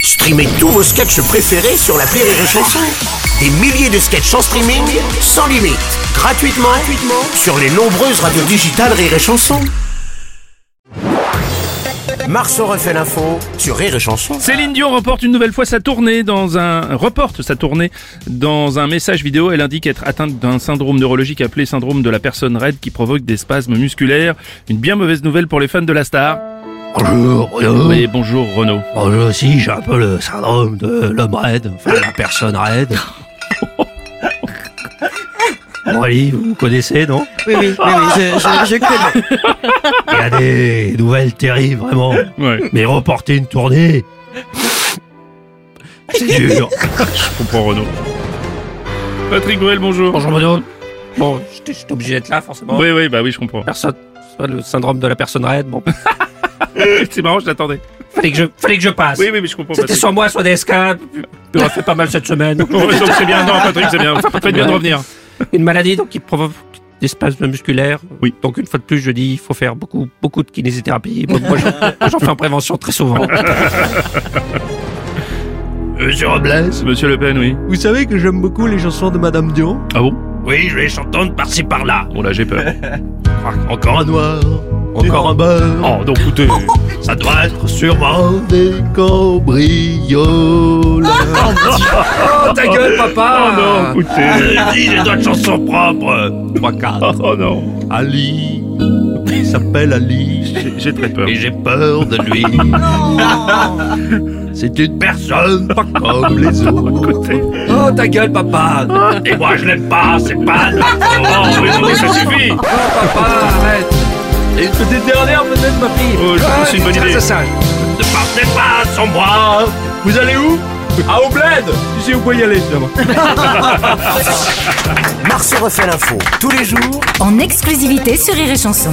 Streamez tous vos sketchs préférés sur la Rire et Chanson. Des milliers de sketchs en streaming, sans limite, gratuitement, gratuitement sur les nombreuses radios digitales Rire et Chanson. Marceau refait l'info sur Rire et Chanson. Céline Dion reporte une nouvelle fois sa tournée dans un reporte sa tournée dans un message vidéo. Elle indique être atteinte d'un syndrome neurologique appelé syndrome de la personne raide qui provoque des spasmes musculaires. Une bien mauvaise nouvelle pour les fans de la star. Bonjour, Bruno. Oui, bonjour Renaud. Bonjour aussi, j'ai un peu le syndrome de l'homme raide, enfin la personne raide. Bon, Ali, vous connaissez, non Oui, oui, oui, oui, je, je, je connais. Il y a des nouvelles terribles, vraiment. Ouais, Mais reporter une tournée, c'est dur. je comprends Renaud. Patrick Bruel, bonjour. Bonjour Bruno. Bon, j'étais j'étais obligé d'être là forcément. Oui, oui, bah oui, je comprends. Personne, c'est pas le syndrome de la personne raide. Bon, C'est marrant, je l'attendais. fallait que je, fallait que je passe. Oui, oui, mais je comprends C'était Patrick. sur moi, sur DSK. Tu aurais fait pas mal cette semaine. Bon, donc c'est bien, non Patrick, c'est bien. Faites bien de revenir. Une maladie donc qui provoque des spasmes musculaires. Oui. Donc une fois de plus, je dis, il faut faire beaucoup, beaucoup de kinésithérapie. Bon, moi, j'en- moi, j'en fais en prévention très souvent. Monsieur Robles, C'est Monsieur Le Pen, oui. vous savez que j'aime beaucoup les chansons de Madame Dion Ah bon Oui, je vais chantonne par-ci par-là. Bon là, j'ai peur. Encore un noir, encore un beurre. Oh, donc écoutez. Ça doit être sûrement des cambriolages. Oh, ta gueule, papa Oh non, écoutez. Dis les doigts de chansons propres. 3, 4. Oh non, Ali, il s'appelle Ali. j'ai- j'ai très peur. Et j'ai peur de lui. C'est une personne pas comme les autres. Écoutez. Oh, ta gueule, papa Oh, Et moi je l'aime pas, c'est pas la Oh, mais non, mais ça suffit Papa, arrête Et une petite dernière, peut-être, ma fille Oh, je pense que c'est une bonne tiens, idée. ça, ça. Ne partez pas sans moi. Vous allez où À Ah, Obled Si vous pouvez y aller, évidemment. Marceau refait l'info tous les jours en exclusivité sur Rire et Chanson.